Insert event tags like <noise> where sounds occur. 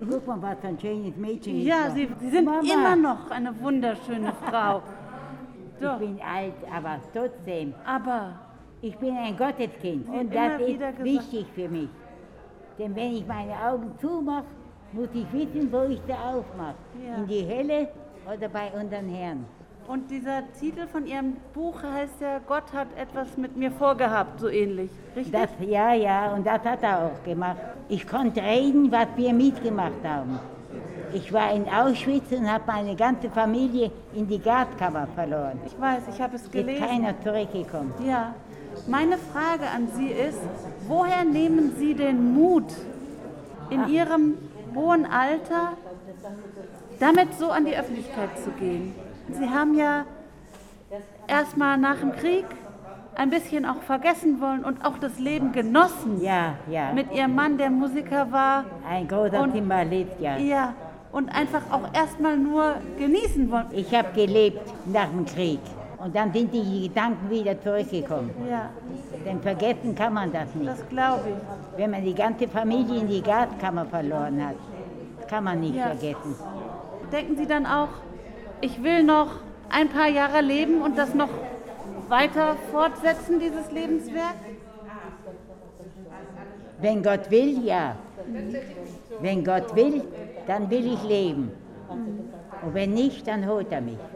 Guck mal, was ein schönes Mädchen ich Ja, war. Sie, sie sind Mama, immer noch eine wunderschöne <laughs> Frau. Ich Doch, bin alt, aber trotzdem. aber Ich bin ein Gotteskind. Sie Und haben das immer wieder ist gesagt- wichtig für mich. Denn wenn ich meine Augen zumache, muss ich wissen, wo ich sie aufmache. Ja. In die Hölle oder bei unseren Herren. und dieser Titel von Ihrem Buch heißt ja, Gott hat etwas mit mir vorgehabt, so ähnlich, richtig? Das, ja, ja, und das hat er auch gemacht. Ich konnte reden, was wir mitgemacht haben. Ich war in Auschwitz und habe meine ganze Familie in die Gaskammer verloren. ich weiß, ich habe es Ist gelesen. keiner zurückgekommen. Ja, meine Frage an Sie ist, woher nehmen Sie den Mut, in Ihrem hohen Alter damit so an die Öffentlichkeit zu gehen? Sie haben ja erstmal nach dem Krieg ein bisschen auch vergessen wollen und auch das Leben genossen. Ja, ja. Mit Ihrem Mann, der Musiker war. ein großer Und- Timbalit, ja. Ja, und einfach auch erstmal nur genießen wollen. Ich habe gelebt nach dem Krieg. Und dann sind die Gedanken wieder zurückgekommen. Ja, Denn vergessen kann man das nicht. das glaube ich. Wenn man die ganze Familie in die Gaskammer verloren hat, das kann man nicht Ja. vergessen. Denken Sie dann auch, ich will noch ein paar Jahre leben und das noch weiter fortsetzen, dieses Lebenswerk? Wenn Gott will, ja. Wenn Gott will, dann will ich leben. Und wenn nicht, dann holt er mich.